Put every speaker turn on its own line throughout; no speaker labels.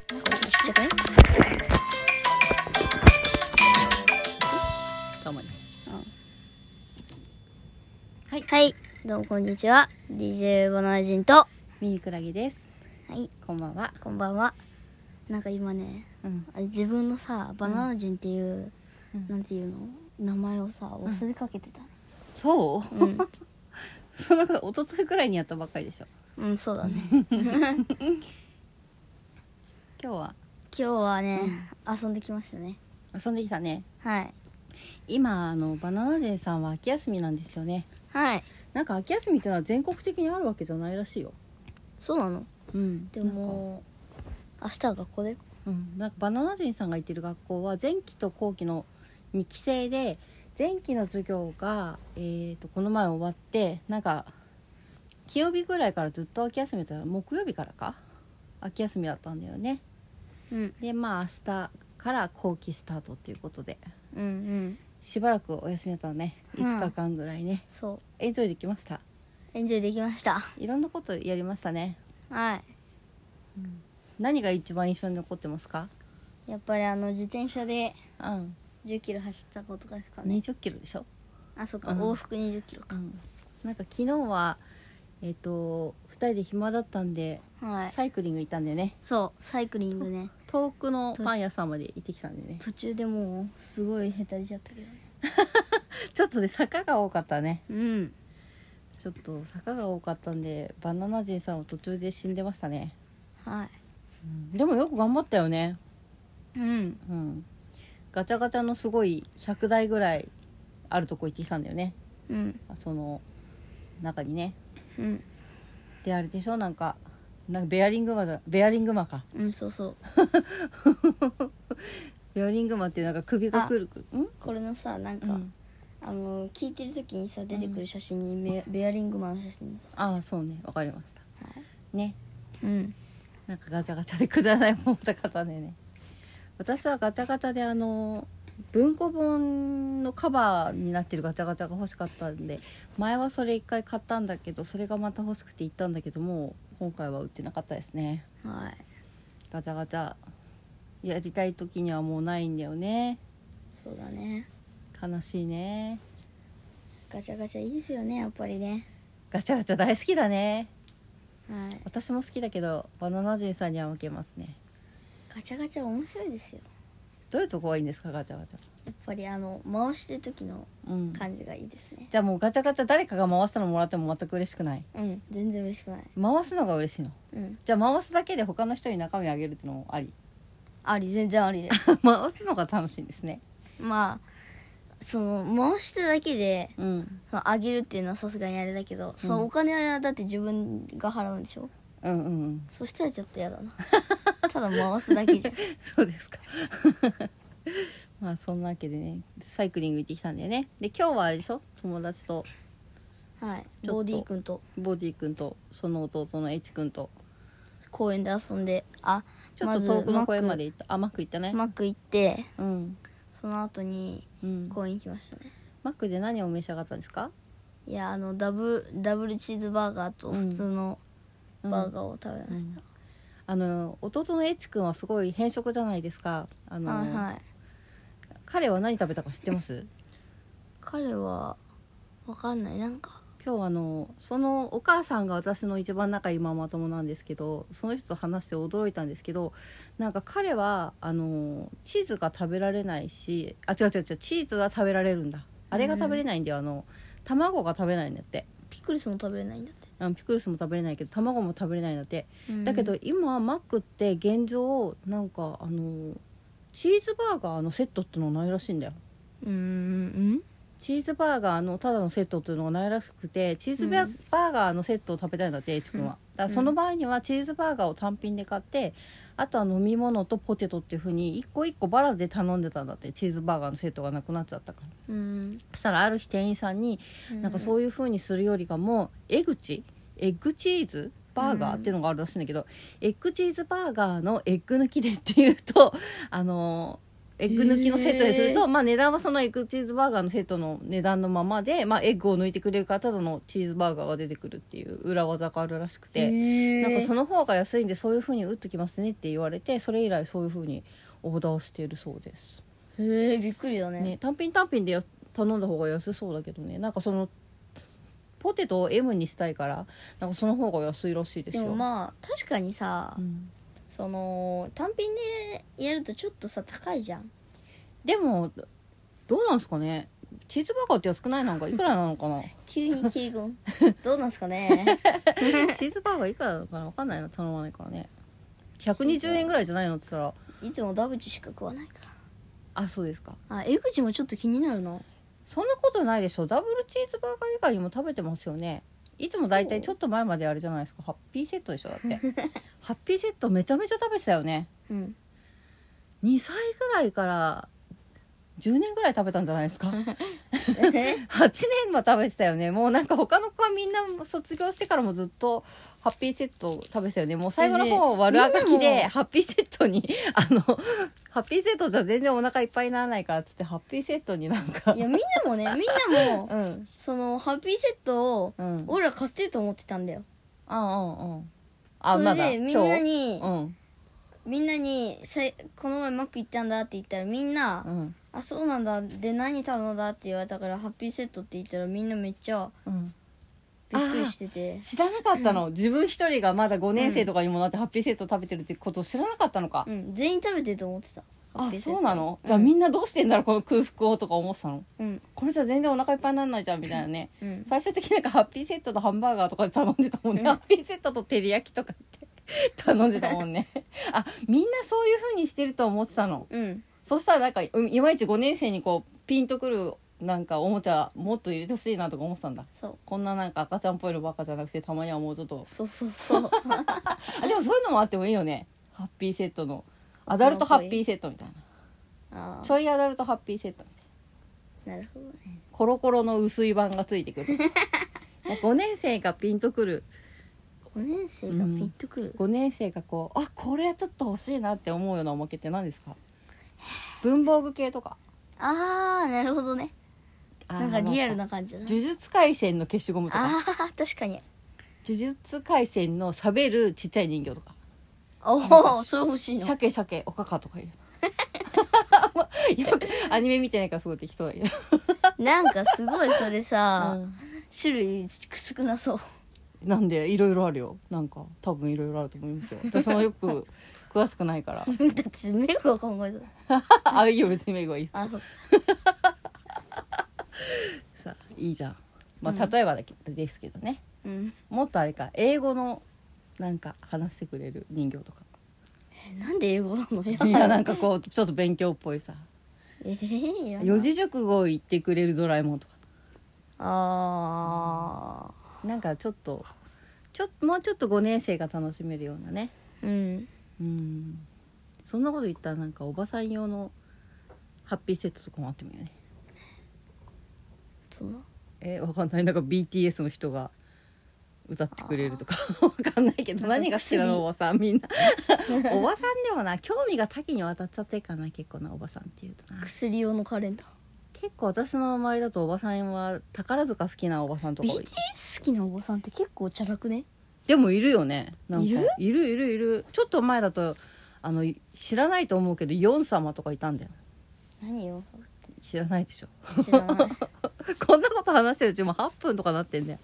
Czekaj. O.
はい
はい。どうもこんにちは。DJ バナナ人と。は
ミニクラゲです
い。
こんばんは
こんばんは。なんか今ね、
うん
あ自分のさ、バナナ人っていう、
うん
なんていうの名前をさ、忘れかけてたね。
そう、
うん。
そんなこと一昨日くらいにやったばっかりでしょ
うん、そうだね。
今日は
今日はね、遊んできましたね。
遊んできたね
はい。
今あのバナナ人さんは秋休みなんですよね
はい。
なんか秋休みっていうのは全国的にあるわけじゃないらしいよ
そうなの
うん
でも、明日は学校だよ。
なんか,、うん、なんかバナナ人さんが行ってる学校は前期と後期の2期生で前期の授業が、えー、とこの前終わってなんか金曜日ぐらいからずっと秋休みだったら木曜日からか秋休みだったんだよね
うん。
でまあ明日から後期スタートっていうことで
うんうん。
しばらくお休みだったのね
うん
5日間ぐらいね、
そう。
エンジョイできました
エンジョイできました。
いろんなことやりましたね
はい。
何が一番印象に残ってますか
やっぱりあの自転車で
うん
10キロ走ったことがですかね
2 0キロでしょ、
あそっか、
うん
往復20キロか、
なんか昨日はえっ、と2人で暇だったんで、
はい
サイクリング行ったんだよね
そうサイクリングね
遠くのパン屋さんまで行ってきたんでね
途中でもうすごいへたりちゃったけどね
ちょっとね坂が多かったね
うん
ちょっと坂が多かったんでバナナ人さんは途中で死んでましたね、
はい
でもよく頑張ったよね
うん
うんガチャガチャのすごい100台ぐらいあるとこ行ってきたんだよね
うん
その中にね
うん
であれでしょなんかなんかベアリングマだベアリングマか
うんそうそう
ベアリングマっていうなんか首がくるくるん
これのさなんか、
うん
あの聞いてる時にさ出てくる写真にベ,、ベアリングマンの写真です
ああそうねわかりました
はい
ね
うん
なんかガチャガチャでくだらないもんだ方でね私はガチャガチャであの文庫本のカバーになってるガチャガチャが欲しかったんで前はそれ一回買ったんだけどそれがまた欲しくて行ったんだけどもう今回は売ってなかったですね
はい
ガチャガチャやりたい時にはもうないんだよね
そうだね
悲しいね
ガチャガチャいいですよねやっぱりね
ガチャガチャ大好きだね
はい
私も好きだけどバナナ人さんには負けますね
ガチャガチャ面白いですよ
どういうとこがいいんですかガチャガチャ
やっぱりあの回してる時の
うんじ
感じがいいですね
ゃあもうガチャガチャ誰かが回したのもらっても全く嬉しくない
うん全然嬉しくない
回すのが嬉しいの
うん
じゃあ回すだけで他の人に中身あげるってのもあり
あり全然ありで
回すのが楽しいんですね
まあその回しただけで
うん
そのあげるっていうのはさすがにあれだけど、そのお金はだって自分が払うんでしょ
うんうんうん
そしたらちょっと嫌だな ただ回すだけじゃ
そうですか まあそんなわけでねサイクリング行ってきたんだよねで今日はあれでしょ友達と
はい
ちょっと
ボディ君と
ボディ君とその弟のエチ君と
公園で遊んであ
ちょっと遠くの公園ま
マッ
で行ったあマック行ったね
クマック行って
うん
その後に
うん
公園行きましたね
マックで何を召し上がったんですか
いやあのダブダブルチーズバーガーと普通のバーガーを食べました、
うんあの弟のエチ君はすごい偏食じゃないですかあの、
はいはい
彼は何食べたか知ってます
彼はわかんないなんか
今日あのそのお母さんが私の一番仲いいママ友なんですけどその人と話して驚いたんですけどなんか彼はあのチーズが食べられないしあ違う違う違うチーズが食べられるんだあれが食べれないんだよ、あの卵が食べれないんだって
ピクルスも食べれないんだって、
あのピクルスも食べれないけど卵も食べれないんだってだけ
う
ど
ん
今マックって現状なんかあのチーズバーガーのセットってのはないらしいんだよ
うんうん
チーズバーガーのただのセットっていうのがないらしくてチーズバ
う
ーバーガーのセットを食べたいんだって H 君はだからその場合にはチーズバーガーを単品で買ってあとは飲み物とポテトっていうふうに一個一個バラで頼んでたんだってチーズバーガーのセットがなくなっちゃったから
うん
そしたらある日店員さんに
うん
なんかそういうふうにするよりかもエグチエッグチーズバーガーっていうのがあ るらしいんだけど、エッグチーズバーガーのエッグ抜きでっていうとあのーエッグ抜きのセットにすると、
へー
まあ値段はそのエッグチーズバーガーのセットの値段のままで、まあ、エッグを抜いてくれるからただのチーズバーガーが出てくるっていう裏技があるらしくて、なんかそ
の
の方が安いんでそういう風に打っときますねって言われてそれ以来そういう風にオーダーしているそうです、
へえびっくりだね
ね、単品単品でや頼んだ方が安そうだけどねなんかそのポテトを M にしたいからなんかその方が安いらしいです
で
よ
もまあ確かにさ、
うん
その単品でやるとちょっとさ高いじゃん
でもどうなんですかねチーズバーガーって安くないなんかいくらなの かな
急に急分どうなんすかね
チーズバーガーいくらなのかな分かんないな頼まないからね120円ぐらいじゃないのって言ったら
いつもダブチしか食わないか
あそうですから
あ江口もちょっと気になるな
そんなことないでしょダブルチーズバーガー以外にも食べてますよねいつも大体ちょっと前まであれじゃないですかハッピーセットでしょだって ハッピーセットめちゃめちゃ食べてたよね
うん
2歳ぐらいから10年ぐらい食べたんじゃないで すか8
え
年は食べてたよねもうなんか他の子はみんな卒業してからもずっとハッピーセット食べてたよねもう最後の方悪あがき
みんな
で
も
ハッピーセットに あのハッピーセットじゃ全然お腹いっぱいにならないからっつってハッピーセットになんか
いやみんなもねみんなも
うん
そのハッピーセットを
うん
俺ら買ってると思ってたんだよ
うんうんうんあ
そ
ま
れ
だ
でみんな
今
に
日うん
みんなにさいこの前マック行ったんだって言ったらみんな
うん
「あそうなんだ」で何頼んだって言われたからハッピーセットって言ったらみんなめっちゃ
うん
びっくりしてて
知らなかったの、自分一人がまだ5年生とかにもなってハッピーセット食べてるってことを知らなかったのか
う、ん全員食べてると思ってたハッ
あ
ピーセット
そうなの、じゃあみんなどうしてんだろうこの空腹をとか思ってたの
うん
これじゃ全然お腹いっぱいにならないじゃんみたいなね、
うん
最終的になんかハッピーセットとハンバーガーとかで頼んでたもんね、
うん
ハッピーセットと照り焼きとかって頼んでたもん ねあみんなそういうふうにしてると思ってたの
うん
そしたらなんかうんいまいち5年生にこうピンとくるなんかおもちゃもっと入れてほしいなとか思ってたんだ
そう
こんななんか赤ちゃんっぽいのばっかじゃなくてたまにはもうちょっと
そうそう そう
あでもそういうのもあってもいいよねハッピーセットのアダルトハッピーセットみたいな
あ
ちょいアダルトハッピーセットみたい
あなるほどね
なコロコロの薄い版がついてくる5年生がピンとくる
5年生がピンとくる、
5年生がこうあこれちょっと欲しいなって思うようなおまけって何ですか文房具系とか
ああなるほどね
あ
な
ー
んかリアル
んか
な感じだな
呪術廻戦の消しゴムとか
ああ確 かに
呪術廻戦のしゃべるちっちゃい人形とか
おおそれ欲しいの
鮭鮭おかかとか 言うよくアニメ見てないからすごい適当だけど、
なんかすごいそれさ、
うん
種類少なそう
なんでいろいろあるよなんか多分いろいろあると思いますよ私もよく詳しくないから
だってメグが考えた
あいいよ別にメグはいい
あそう
さいいじゃんまあ例えばだけ、ですけどね
うん
もっとあれか英語のなんか話してくれる人形とか
えなんで英語なのや
い
だ
やなんかこうちょっと勉強っぽいさ
えー、いらない
四字熟語を言ってくれるドラえもんとか
あ
なんかちょっとちょっともうちょっと5年生が楽しめるようなね
ーうん
うんそんなこと言ったらなんかおばさん用のハッピーセットとかもあってもいいよね
そんな
えわかんないなんか BTS の人が歌ってくれるとか わかんないけど何が知らのおばさんみんな おばさんでもな興味が多岐にわたっちゃってるからな結構なおばさんっていうとな
薬用のカレンダー
結構私の周りだとおばさんは宝塚好きなおばさんとか多い
BTS 好きなおばさんって結構チャラくね
でもいるよねなんか
いる
いるいるいるちょっと前だとあの知らないと思うけどヨン様とかいたんだよ
何よ
知らないでしょ
知ら ない
こんなこと話してるうちもう8分とかなってんだよ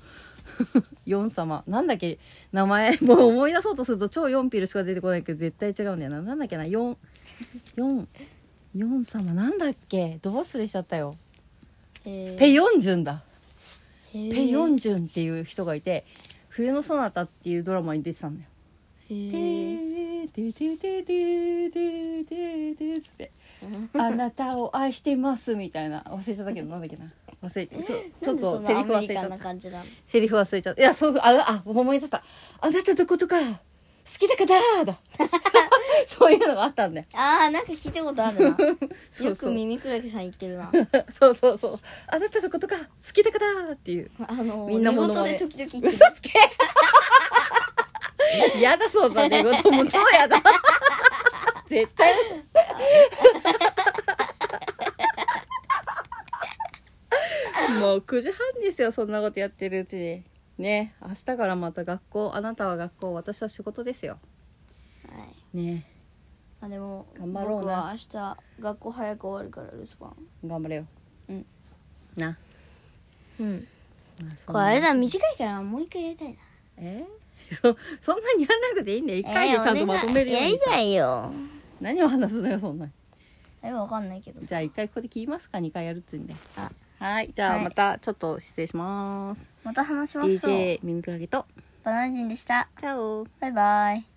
ヨン様なんだっけ名前もう思い出そうとすると超ヨンピルしか出てこないけど絶対違うんだよななんだっけなヨンヨンヨン様なんだっけど忘れしちゃったよ
えー
ペヨンジュンだ
へー
ペヨンジュンっていう人がいて「冬のソナタ」っていうドラマに出てたんだよ。
へ
て
ー
ーてーてーてーてーてーてーてーつって「あなたを愛しています」みたいな忘れちゃったけどなんだっけな忘れそうちょっとセリフ忘れち
た
ゃった
な感じなの
セリフ忘れちゃったいやそうああ思い出した「あなたのことが好きだから だ」そういうのがあったんだよ
あーなんか聞いたことある な
そうそう
よく耳くらげさん言ってるな
そうそうそう「あなたのことが好きだから」っていう
あの
みんな
寝
モノ
言
マネ
で時々言ってる
嘘つけや だそうだね、ごとも超やだ。絶対。もう9時半ですよそんなことやってるうちにね明日からまた学校あなたは学校私は仕事ですよ
はい
ね
あでも
頑張ろうな
僕は明日学校早く終わるから留守番
頑張れよ
うん
な
うん
まあ
これ
そんな
あれだ短いからもう一回やりたいな
え そそんなにやんなくていいんだよ一回でちゃんとまとめるよう
えーお願いや
に
り
さ、
たいよ
何を話すのよそんな
えわかんないけど
じゃあ一回ここで切りますか二回やるっつうんで
あ
はいじゃあ
はい
またちょっと失礼します、
また話しましょう
DJ 耳クラゲと
バナナ人でした
チャオ
バイバイ